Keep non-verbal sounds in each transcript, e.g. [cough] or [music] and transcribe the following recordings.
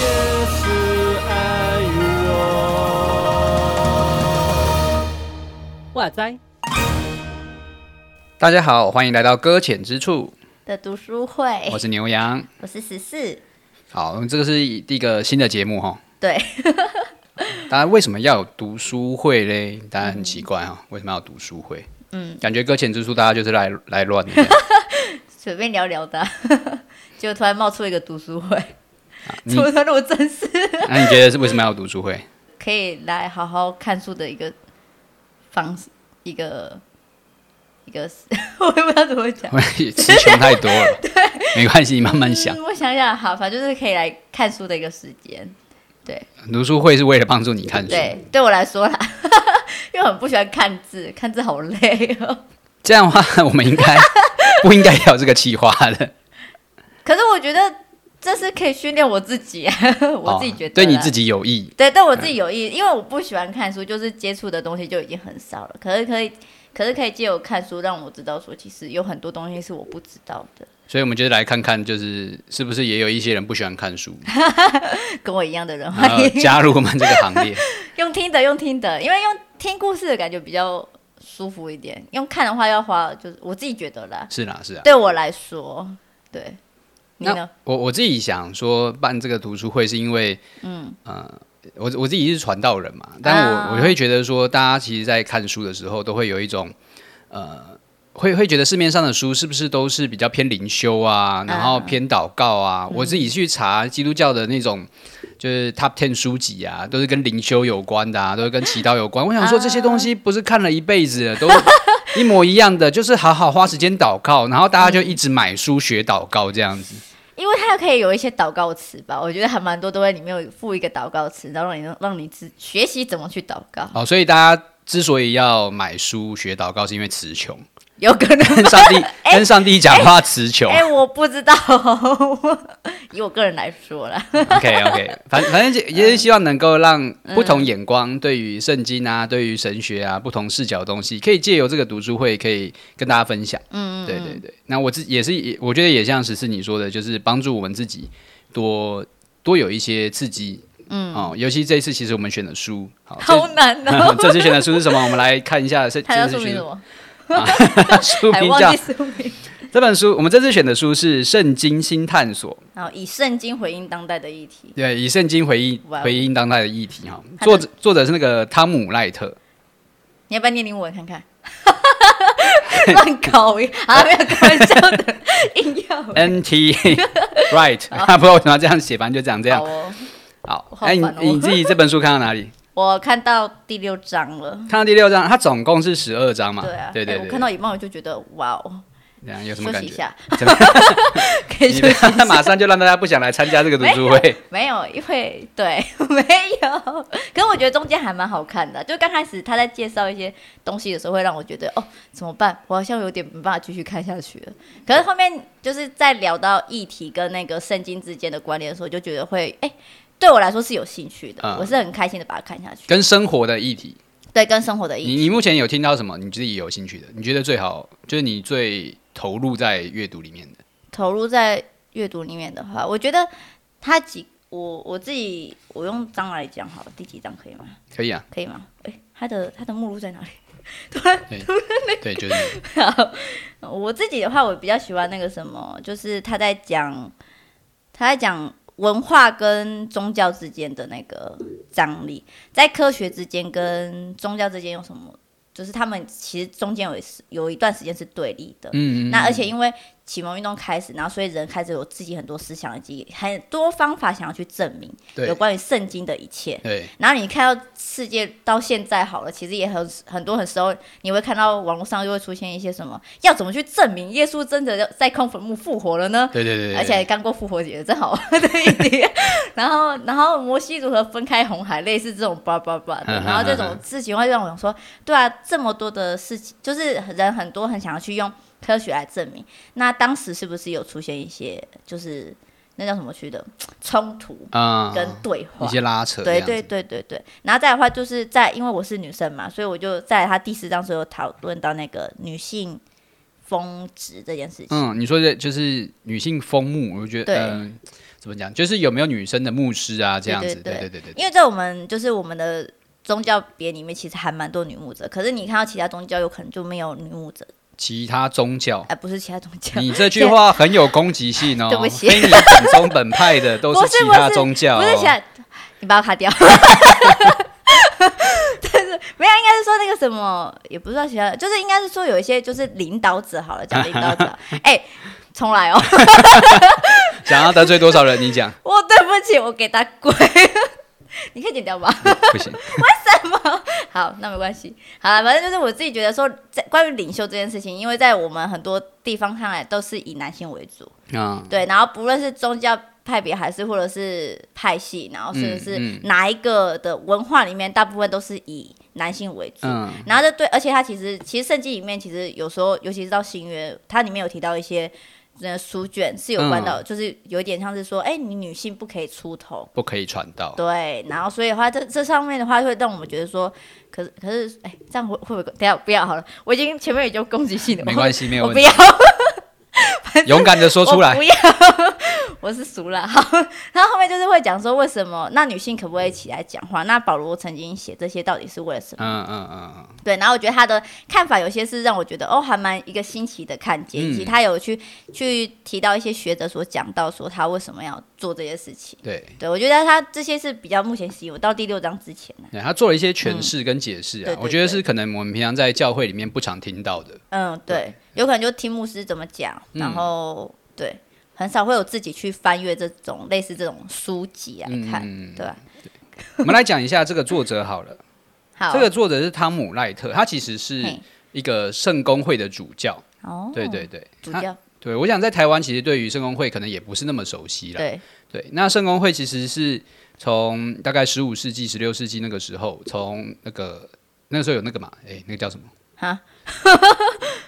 也是爱我。哇塞，大家好，欢迎来到搁浅之处，的读书会我，是牛羊。我是十四，好，这个是一个新的节目哈、对， [laughs] 大家为什么要有读书会嘞？大家很奇怪哈、为什么要有读书会？嗯，感觉搁浅之处大家就是来来乱的。 [laughs] 随便聊聊的啊， [laughs] 结果突然冒出一个读书会，你怎么 [laughs] 突然那么正式？那你觉得是为什么要有读书会？ [laughs] 可以来好好看书的一个方式，一个一个， [laughs] 我也不知道怎么讲。我也词穷太多 [laughs] 了，没关系，你慢慢想。嗯我想想，好，反正就是可以来看书的一个时间。读书会是为了帮助你看书，对，对我来说啦， [laughs] 因为我很不喜欢看字，看字好累哦。这样的话我们应 [laughs] 该不应该有这个计划的？可是我觉得这是可以训练我自己、啊， [laughs] 我自己觉得、哦、对你自己。己有益。对，但我自己有意，因为我不喜欢看书，就是接触的东西就已经很少了。可是可以，可是可以借由看书让我知道说，其实有很多东西是我不知道的，所以我们就是来看看，就是是不是也有一些人不喜欢看书，跟我一样的人然欢后迎加入我们啊这个行列。 [laughs] 用听的，用听的，因为用听故事的感觉比较舒服一点，用看的话要花，就是我自己觉得啦，是啦，是啦。对我来说，对你呢？我我自己想说办这个读书会，是因为，嗯，呃，我我自己是传道人嘛，但我、啊我会觉得说，大家其实在看书的时候，都会有一种，呃，会会觉得市面上的书是不是都是比较偏灵修啊，然后偏祷告啊？我自己去查基督教的那种。就是 Top Ten 书籍啊，都是跟灵修有关的啊，都是跟祈祷有关。我想说这些东西不是看了一辈子了，都一模一样的，就是好好花时间祷告，然后大家就一直买书学祷告这样子。因为它可以有一些祷告词吧，我觉得还蛮多都在里面有附一个祷告词，然后让你让你自学习怎么去祷告，哦，所以大家之所以要买书学祷告，是因为词穷，有可能跟上 [laughs] 帝、跟上帝讲话词穷。哎、我不知道， [laughs] 以我个人来说 [laughs] 啦， OK OK，反反正也也是希望能够让嗯不同眼光对于圣经啊、对于神学啊不同视角的东西，可以借由这个读书会，可以跟大家分享。嗯对对对。那我自也是，也我觉得也像十四你说的，就是帮助我们自己多多有一些刺激。嗯哦，尤其这一次，其实我们选的书，好，好难这哦、 [laughs] 这次选的书是什么？我们来看一下是，这他要次说选明什的么？ [laughs] 书还名忘叫记说明。这本书，我们这次选的书是《圣经新探索然后以圣经回应当代的议题》，，对，以圣经回应哇哦回应当代的议题哈。它的作者作者是那个汤姆·赖特，你要不要念念我看 [laughs] 看？乱搞一啊！没有开玩笑的，硬 [laughs] 要哎 [laughs] N.T. Wright，他不知道为什么要这样写，反正就讲这哦样。好哦。好，好哎，你烦哦你自己这本书看到哪里？我看到第六章了，看到第六章，它总共是十二章嘛？对啊，对哎对我对看到一半我就觉得哇哦，这样有什么休感息一觉？下，怎么 [laughs] 可你以 [laughs] 休不息一要下。马上就让大家不想来参加这个读书会，没有，因为对 [laughs] 没有，可是我觉得中间还蛮好看的。啊就刚开始他在介绍一些东西的时候，会让我觉得哦，怎么办？我好像有点没办法继续看下去了。可是后面就是在聊到议题跟那个圣经之间的关联的时候，就觉得会哎，对我来说是有兴趣的，嗯我是很开心的把它看下去。跟生活的议题。对，跟生活的你议题，你目前有听到什么？你自己有兴趣的？你觉得最好就是你最投入在阅读里面的？投入在阅读里面的话，我觉得他几我我自己我用章来讲好了，第几章可以吗？可以啊， [laughs] 可以吗？哎，他的他的目录在哪里？ [laughs] 对，就是你。好， [laughs] 我自己的话，我比较喜欢那个什么，就是他在讲他在讲文化跟宗教之间的那个张力，在科学之间跟宗教之间有什么？就是他们其实中间有一时有一段时间是对立的。嗯，嗯那而且因为启蒙运动开始，然后所以人开始有自己很多思想以及很多方法想要去证明对有关于圣经的一切。对然后你看到世界到现在好了，其实也很很多很时候，你会看到网络上就会出现一些什么，要怎么去证明耶稣真的在空坟墓复活了呢？对对对对，而且刚过复活节，正好对一点。然后，然后摩西如何分开红海，类似这种叭叭叭的 [laughs] 嗯，然后这嗯嗯种事情会让我想说，对啊，这么多的事情，就是人很多很想要去用科学来证明。那当时是不是有出现一些就是那叫什么区的冲突啊，跟对话一。些拉扯这对样子，对对对对，然后再的话就是在，因为我是女生嘛，所以我就在他第四章时候讨论到那个女性峰值这件事情。嗯，你说的就是女性风牧，我觉得对呃怎么讲，就是有没有女生的牧师啊这样子，对对对对对对，因为在我们就是我们的宗教别里面，其实还蛮多女牧者，可是你看到其他宗教有可能就没有女牧者，其他宗教 [laughs] 哎、。不是其他宗教， [laughs]，你这句话很有攻击性哦对不起非你本宗本派的都不其是不他是宗教、哦，不是想你把我卡掉。 [laughs] 但是没有，应该是说那个什么，也不知道其他的，就是应该是说有一些就是领导者好了，讲领 [laughs] 导者，哎、重来哦，想要得罪多少人？你 [laughs] 讲我对不起，我给他跪， [laughs] 你可以剪掉吧。 [laughs] 不行，好，那没关系。好了，反正就是我自己觉得说，在关于领袖这件事情，因为在我们很多地方看来都是以男性为主，嗯，对。然后不论是宗教派别，还是或者是派系，然后甚至是嗯哪一个的文化里面，大部分都是以男性为主。嗯然后就对，而且它其实其实圣经里面其实有时候，尤其是到新约，它里面有提到一些。呃，书卷是有关嗯到，就是有一点像是说，哎、你女性不可以出头，不可以传道。对，然后所以的话，这这上面的话会让我们觉得说，可是可是，哎，这样会会不会？等一下不要好了，我已经前面已经攻击性了，没关系，没有我我问不题要，，勇敢的说出我来不。要， [laughs] 我是俗了。好，然后后面就是会讲说，为什么那女性可不可以起来讲话？那保罗曾经写这些到底是为了什么？嗯嗯嗯嗯，对，然后我觉得他的看法有些是让我觉得哦，还蛮一个新奇的看见，以及嗯他有去去提到一些学者所讲到说他为什么要做这些事情。对。对，我觉得他这些是比较目前吸引我到第六章之前呢、对他做了一些诠释跟解释啊，嗯对对我觉得对是可能我们平常在教会里面不常听到的。嗯，对，有可能就听牧师怎么讲，然嗯后、对，很少会有自己去翻阅这种类似这种书籍来看，嗯 [laughs] 对吧？我们来讲一下这个作者好了，好，这个作者是汤姆赖特，他其实是嘿一个圣公会的主教。哦，对对，对，主他教对我想在台湾其实对于圣公会可能也不是那么熟悉了。对，对，那圣公会其实是从大概十五世纪、十六世纪那个时候，从那个那个时候有那个嘛，哎、那个叫什么？哈，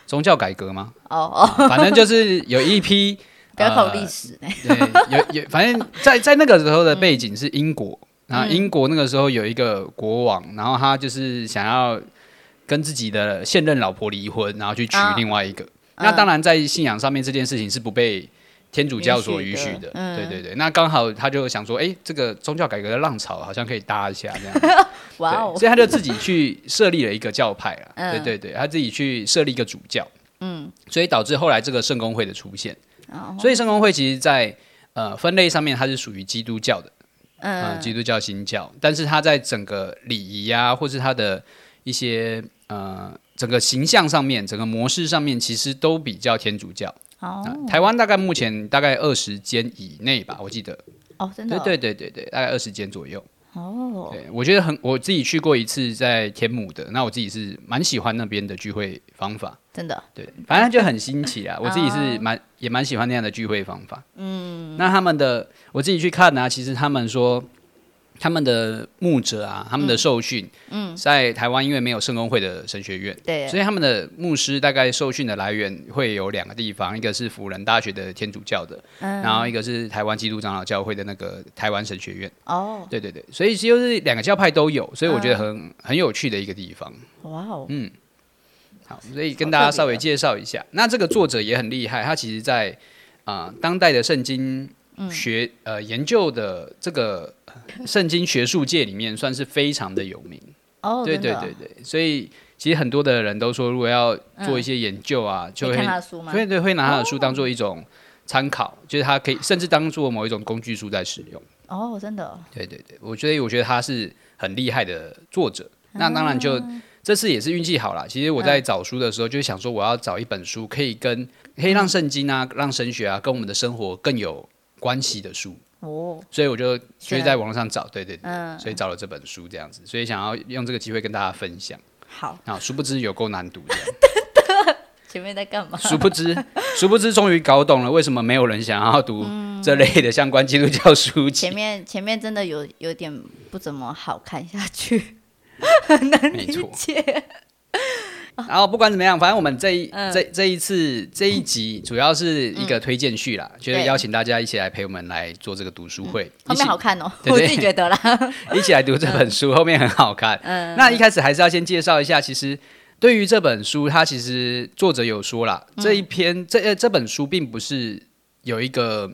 宗教改革 [laughs] 吗？哦哦，，啊反正就是有一批不要考历呃史呢，对，有有，反正在在那个时候嗯的背景是英国，然后英国那个时候有一个国王，然后他就是想要跟自己的现任老婆离婚，然后去娶啊另外一个。嗯那当然，在信仰上面这件事情是不被天主教所允许允许的的。嗯对对对，那刚好他就想说，哎、这个宗教改革的浪潮好像可以搭一下这样。 [laughs] 哇哦对，所以他就自己去设立了一个教派了。嗯对对对，他自己去设立一个主教。嗯，所以导致后来这个圣公会的出现。哦所以圣公会其实在呃分类上面，它是属于基督教的，呃，嗯，基督教新教，但是它在整个礼仪啊，或是它的一些呃整个形象上面，整个模式上面，其实都比较天主教。啊哦台湾大概目前大概二十间以内吧，我记得，哦，真的对对哦，对对对，大概二十间左右。哦，对，我觉得很，我自己去过一次在天母的，那我自己是蛮喜欢那边的聚会方法。真的，对，反正就很新奇啦。我自己是蛮也蛮喜欢那样的聚会方法。哦嗯，那他们的我自己去看啊，其实他们说他们的牧者啊，他们的受训，嗯，在台湾因为没有圣公会的神学院，对所以他们的牧师大概受训的来源会有两个地方，一个是辅仁大学的天主教的，嗯然后一个是台湾基督长老教会的那个台湾神学院。哦，对对对，所以就是两个教派都有，所以我觉得很、很有趣的一个地方。哇哦，好，所以跟大家稍微介绍一下。那这个作者也很厉害，他其实在啊、呃当代的圣经嗯学、呃研究的这个呃圣经学术界里面算是非常的有名。哦，对真对的哦对，对，所以其实很多的人都说，如果要做一些研究啊，就你会嗯看他的书吗？哦对对会拿他的书当做一种参考，就是他可以甚至当做某一种工具书在使用。哦，真的哦，对对对，我觉得我觉得他是很厉害的作者。那当然就、啊这次也是运气好啦。其实我嗯在找书的时候，就想说我要找一本书可以跟可以嗯让圣经啊、让神学啊跟我们的生活更有关系的书，哦，所以我就就是选在网络上找，对对对，嗯，所以找了这本书这样子，所以想要用这个机会跟大家分享。好，啊，殊不知有够难读的，前面在干嘛？殊不知，殊不知终于搞懂了为什么没有人想要读嗯这类的相关基督教书籍前。面前面真的有有点 [laughs] 不怎么好看下去，没理错，解。 [laughs] 然后不管怎么样，反正我们这一、嗯这这一次这一集主要是一个推荐序 [laughs] 啦，觉得对邀请大家一起来陪我们来做这个读书会，后一起面好看哦，对我对自己觉得啦。一起来读这本书，后面很好看。嗯那一开始还是要先介绍一下，其实对于这本书，它其实作者有说啦，嗯这一篇这呃这本书并不是有一个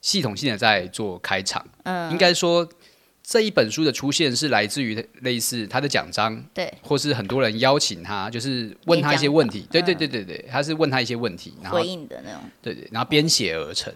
系统性的在做开场，嗯，应该说这一本书的出现是来自于类似他的奖章，对或是很多人邀请他，就是问他一些问题。对演讲对对对对，他是问他一些问题，然后回应的那种，对对，然后编写而成，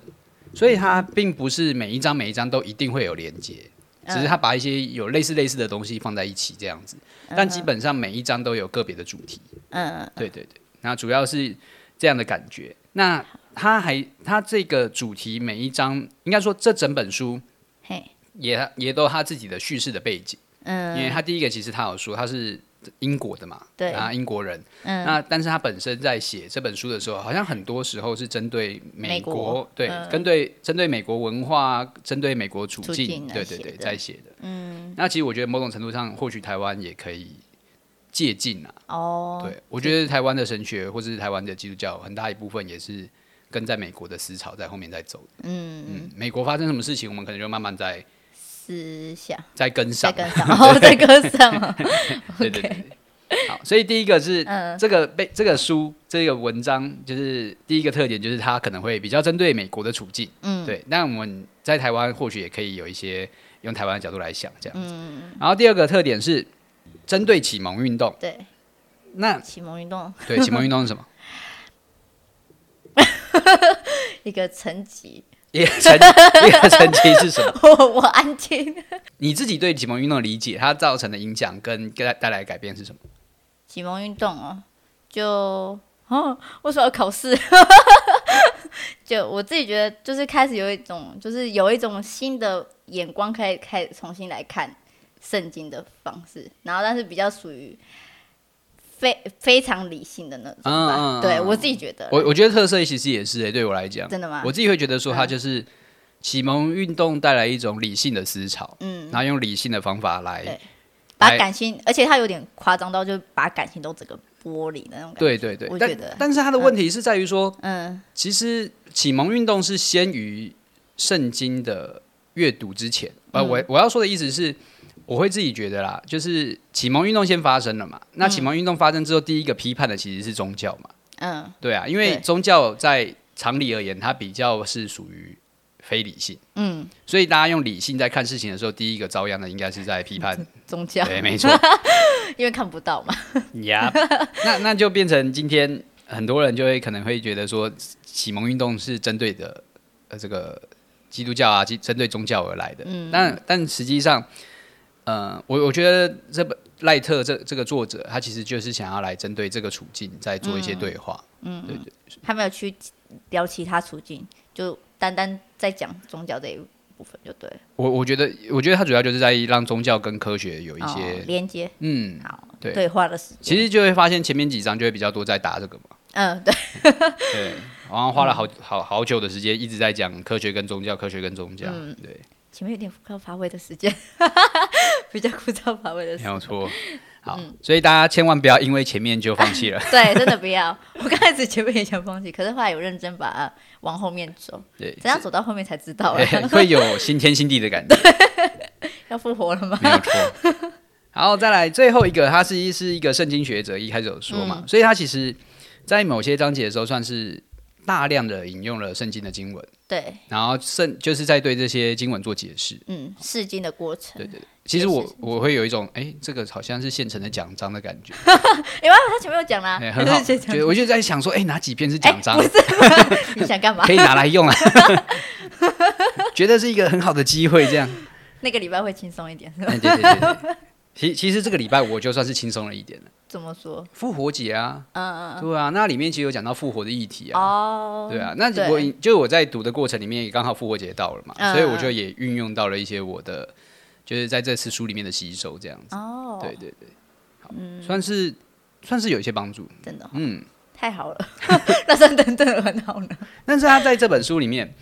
所以它并不是每一章每一章都一定会有连接，嗯只是它把一些有类似类似的东西放在一起这样子，但基本上每一章都有个别的主题。嗯，对对对，那主要是这样的感觉。那它还它这个主题每一章，应该说这整本书嘿，也也都有它自己的叙事的背景。因为嗯他第一个其实他有说他是英国的嘛，对啊，英国人。嗯，那但是他本身在写这本书的时候，好像很多时候是针对美美国，国对，嗯针对针对美国文化，针对美国处处境，境来对对写对，的在写的。嗯，那其实我觉得某种程度上，或许台湾也可以借鉴啊。哦，对，我觉得台湾的神学或是台湾的基督教，很大一部分也是跟在美国的思潮在后面在走的。嗯，嗯，美国发生什么事情，我们可能就慢慢在思想在跟上再。跟 [laughs] 上，哦，再跟上哦，对对对。对好，所以第一个是、嗯这个被这个书这个文章，就是第一个特点就是它可能会比较针对美国的处境，嗯，对。那我们在台湾或许也可以有一些用台湾的角度来想这嗯样子。然后第二个特点是针对启蒙运动，对，那启蒙运动对启蒙运动 [laughs] 是什么？一个层级， [laughs] 一个成一个成绩是什么？我我安静，你自己对启蒙运动的理解，它造成的影响跟带带来的改变是什么？启蒙运动哦，就哦，为什么要考试？ [laughs] 就我自己觉得，就是开始有一种，就是有一种新的眼光，可以开始重新来看圣经的方式，然后但是比较属于非非常理性的那种吧。嗯嗯嗯对嗯我自己觉得，我我觉得特色其实也是、欸、对我来讲，真的吗我？自己会觉得说，它啊嗯就是启蒙运动带来一种理性的思潮，嗯，然后用理性的方法来对，把来感性，而且他有点夸张到，就是把感情都整个剥离的那种感觉。对对对我。觉但得但是它的问题是在于说，嗯，其实启蒙运动是先于圣经的阅读之前。呃，嗯我我要说的意思是，我会自己觉得啦，就是启蒙运动先发生了嘛。那启蒙运动发生之后，第一个批判的其实是宗教嘛。嗯对啊，因为对宗教在常理而言，它比较是属于非理性。嗯，所以大家用理性在看事情的时候，第一个遭殃的应该是在批判，宗教， [laughs] 对，啊没 [laughs] 错因为看不到嘛。呀。那那就变成今天很多人就会可能会觉得说，启蒙运动是针对的呃这个基督教啊，基针对宗教而来的。嗯，但但实际上，呃，我我觉得这本赖特这这个作者，他其实就是想要来针对这个处境在做一些对话。他没有去聊其他处境，就单单在讲宗教这一部分就对了，我我觉得，我觉得他主要就是在让宗教跟科学有一哦些、连接，嗯，好对对话的时间。其实就会发现前面几章就会比较多在打这个嘛。嗯，对，嗯对，好像花了好好好久的时间一直在讲科学跟宗教，科学跟宗教，嗯对，前面有点枯燥乏味的时间， [laughs] 比较枯燥乏味的时没间。。有错。好，所以大家千万不要因为前面就放弃了 [laughs] 对，真的不要。我刚开始前面也想放弃，可是后来有认真把它往后面走，对，怎样走到后面才知道 [laughs] 啊，对会有新天新地的感觉， [laughs] 要复活了吗？没有错。 [laughs] 然后再来最后一个，他是一是一个圣经学者，一开始有说嘛，嗯所以他其实在某些章节的时候，算是大量的引用了圣经的经文，对，然后圣就是在对这些经文做解释。嗯，试镜的过程，对对，对其实我我会有一种，哎，这个好像是现成的奖章的感觉。因为他前面有讲啦，哎，很好，啊就是觉讲得我就在想说，哎、哪几篇是哎奖章，不是吗？你想干嘛可？以拿来用啊？ [laughs] 觉得是一个很好的机会，这样。 [laughs] 那个礼拜会轻松一点，是吧哎，对对对对。其其实这个礼拜我就算是轻松了一点了，怎么说？复活节啊，嗯嗯对啊，那里面其实有讲到复活的议题嗯，啊，哦，对啊，那对我就我在读的过程里面也刚好复活节到了嘛，嗯所以我就也运用到了一些我的，就是在这次书里面的吸收这样子，哦，嗯对，对对，好，算是算是有一些帮助，真的哦嗯，太好了， [laughs] 那三等等得很 [laughs] 好呢。但是他在这本书里面，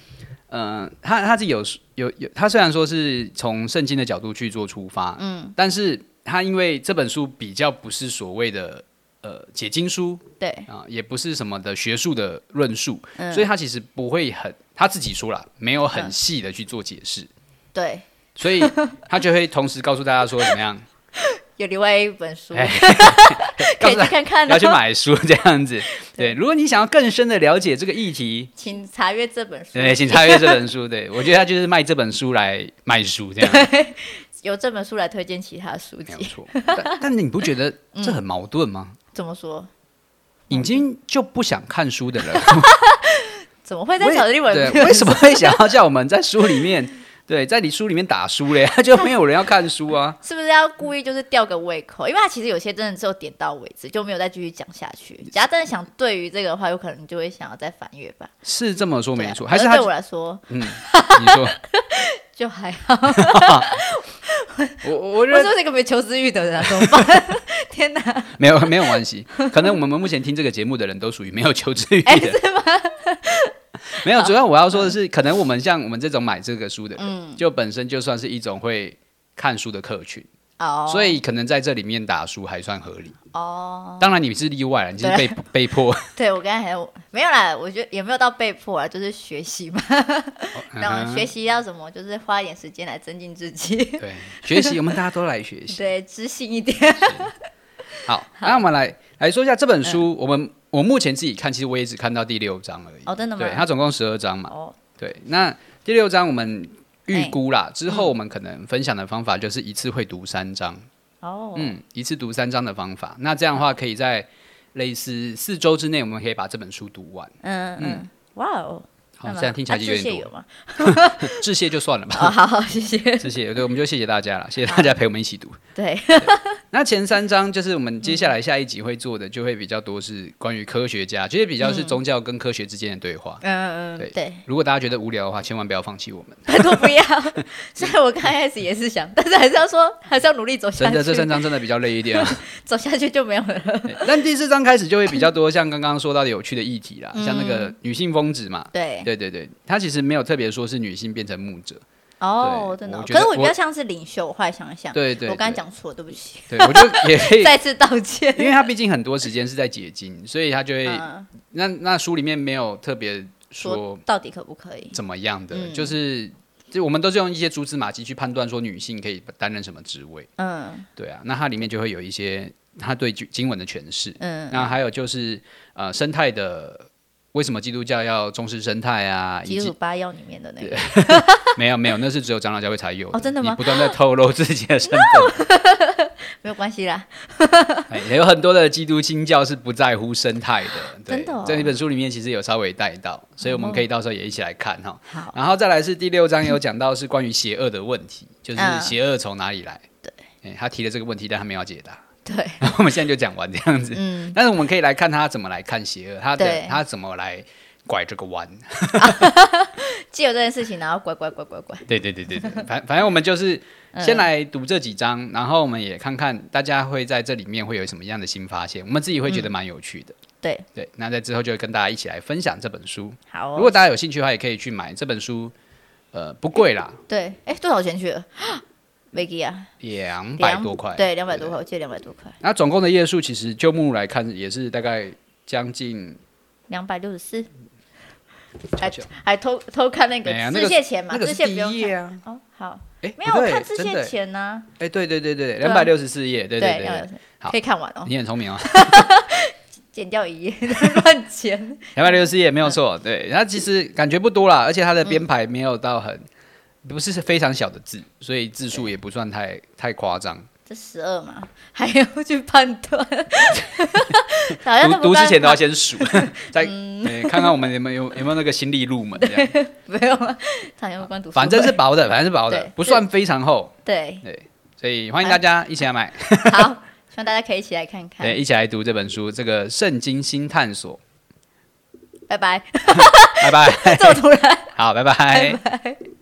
嗯、他他自己有有有，他虽然说是从圣经的角度去做出发，嗯，但是他因为这本书比较不是所谓的。呃解经书对，啊、也不是什么的学术的论述，嗯所以他其实不会很他自己说了，没有很嗯细的去做解释，对，所以他就会同时告诉大家说怎么样，有另外一本书哎，告 [laughs] 可诉以去大家看看、哦，要去，买书这样子。对，如果你想要更深的了解这个议题，请查阅这本书。对，请查阅这本书。对我觉得他就是卖这本书来卖书这样。由这本书来推荐其他书没有籍，错。但但你不觉得这很矛盾吗？怎么说？已经就不想看书的人，怎么会在为小日文？对，为什么？会想要叫我们在书里面， [laughs] 对，在你书里面打书嘞？ [laughs] 就没有人要看书啊。 [laughs] 是不是要故意就是吊个胃口？因为他其实有些真的只有点到为止，就没有再继续讲下去。假如真的想对于这个的话，有可能就会想要再翻阅吧。是这么说没错，对啊还是可他对我来说 [laughs] 你说，就还好。 [laughs] 我我我 [laughs] 我认就是一个没求知欲的人啊，怎么办？ [laughs] 天哪！没有没有关系，可能我们目前听这个节目的人都属于没有求知欲 [laughs] 哎、的，是吗？嗯没有。主要我要说的是，可能我们像我们这种买这个书的人，就本身就算是一种会看书的客群，哦，所以可能在这里面打书还算合理。哦，当然你是例外了，你是被 [laughs] 对被迫。对我刚才还有没有啦，我觉得也没有到被迫啊，就是学习嘛。 [laughs] [laughs] 那嗯我们哼学习要什么，就是花一点时间来增进自 [laughs] 己，嗯对，学习我们大家都来学习。 [laughs] 对，知性一点。好，那我们来来说一下这本书。我们我目前自己看，其实我也只看到第六章而已。嗯哦真的吗对，它总共十二章嘛。哦，对，那第六章我们预估啦，之后嗯我们可能分享的方法就是一次会读三章。哦，嗯，一次读三章的方法。那这样的话，可以在类似四周之内，我们可以把这本书读完。嗯嗯，哇哦，好，那这么样听起来啊就致有谢点有多。吗？致谢就算了哦，吧，好好，[laughs] 谢谢。致谢。对，我们就谢谢大家了，谢谢大家陪我们一起读。对，那前三章就是我们接下来下一集会做的，就会比较多是关于科学家，其实比较是宗教跟科学之间的对话。嗯对嗯，对，如果大家觉得无聊的话，千万不要放弃我 [laughs] 们。拜托 [laughs] 不要。虽然我刚开始也是想，但是还是要说，还是要努力走下真的，这三去。章真的比较累一点、 [laughs] 啊。走下去就没有了。对但第四章开始就会比较多，像刚刚说到的有趣的议题啦，像那个女性疯子嘛。嗯对，对对对，他其实没有特别说是女性变成牧者，哦，对真的我哦。觉可是得我比我较像是领袖，我后来想一想，对对我刚才对讲错，对不起，，对我就也可 [laughs] 以 [laughs] 再次道歉。 [laughs] 因为他毕竟很多时间是在解经，所以他就会、嗯，那那书里面没有特别说说到底可不可以？怎么样的，嗯就是就我们都是用一些蛛丝马迹去判断说女性可以担任什么职位，嗯对啊，那它里面就会有一些它对经经文的诠释，嗯，那还有就是呃生态的，为什么基督教要重视生态啊？以基及础八幺里面的那个，没有没有，那是只有长老教会才有哦真的你吗不断在透露自己的身 [laughs] 份，没有关系啦。 [laughs] 哎，有很多的基督新教是不在乎生态的，对真的哦在那本书里面其实有稍微带到，所以我们哦可以到时候也一起来看哈。好，然后再来是第六章有讲到是关于邪恶的问 [laughs] 题，就是嗯邪恶从哪里来？对、哎他提了这个问题，但他没有解答。 [laughs] 对，我们现在就讲完这样子，嗯，但是我们可以来看他怎么来看邪恶，他的对他怎么来拐这个弯。既有这件事情，然后乖乖乖乖乖，对对对对对，反反正我们 [laughs] 就是嗯先来读这几章，然后我们也看看大家会在这里面会有什么样的新发现，我们自己会嗯觉得蛮有趣的。对，对，那在之后就会跟大家一起来分享这本书。好如果哦。大家有兴趣的话，也可以去买这本书，呃，不贵啦，对，哎，多少钱去了？ [gasps] 维基啊，两百两多块。对，两百多块，我记得两百多块，那总共的页数，其实就目录来看也是大概将近，两百六十四。还瞧瞧还偷偷看那个哎呀那致个谢钱嘛，那个致是谢第不用一页看。啊。哦，好，哎，没有不我对看致真谢的钱啊呢，哎，对对对对，对两啊百六十四页，对对两百对，多好可以看完哦，你很聪明哦，剪掉一页 [laughs] 乱剪。两百六十四页没有错。对，它其实感觉不多啦，而且它嗯的编排没有到很，不是非常小的字，所以字数也不算太太夸张。这十二嘛， [laughs] 还要去判断， [laughs] 好像读哎那么读之刚前都要先数， [laughs] 再嗯对看看我们有没有有没有那个心力入门这样。没有啊，好像 [laughs] 关读书会，反正是薄的，反正是薄的对，哎不算非常厚，对，所以欢迎大家一起来买。好，希望大家可以一起来看看对，，一起来读这本书，这个《圣经新探 [laughs] 索》。拜拜，拜拜，这么突然。 [laughs] 哎好，拜拜。 [laughs] 拜拜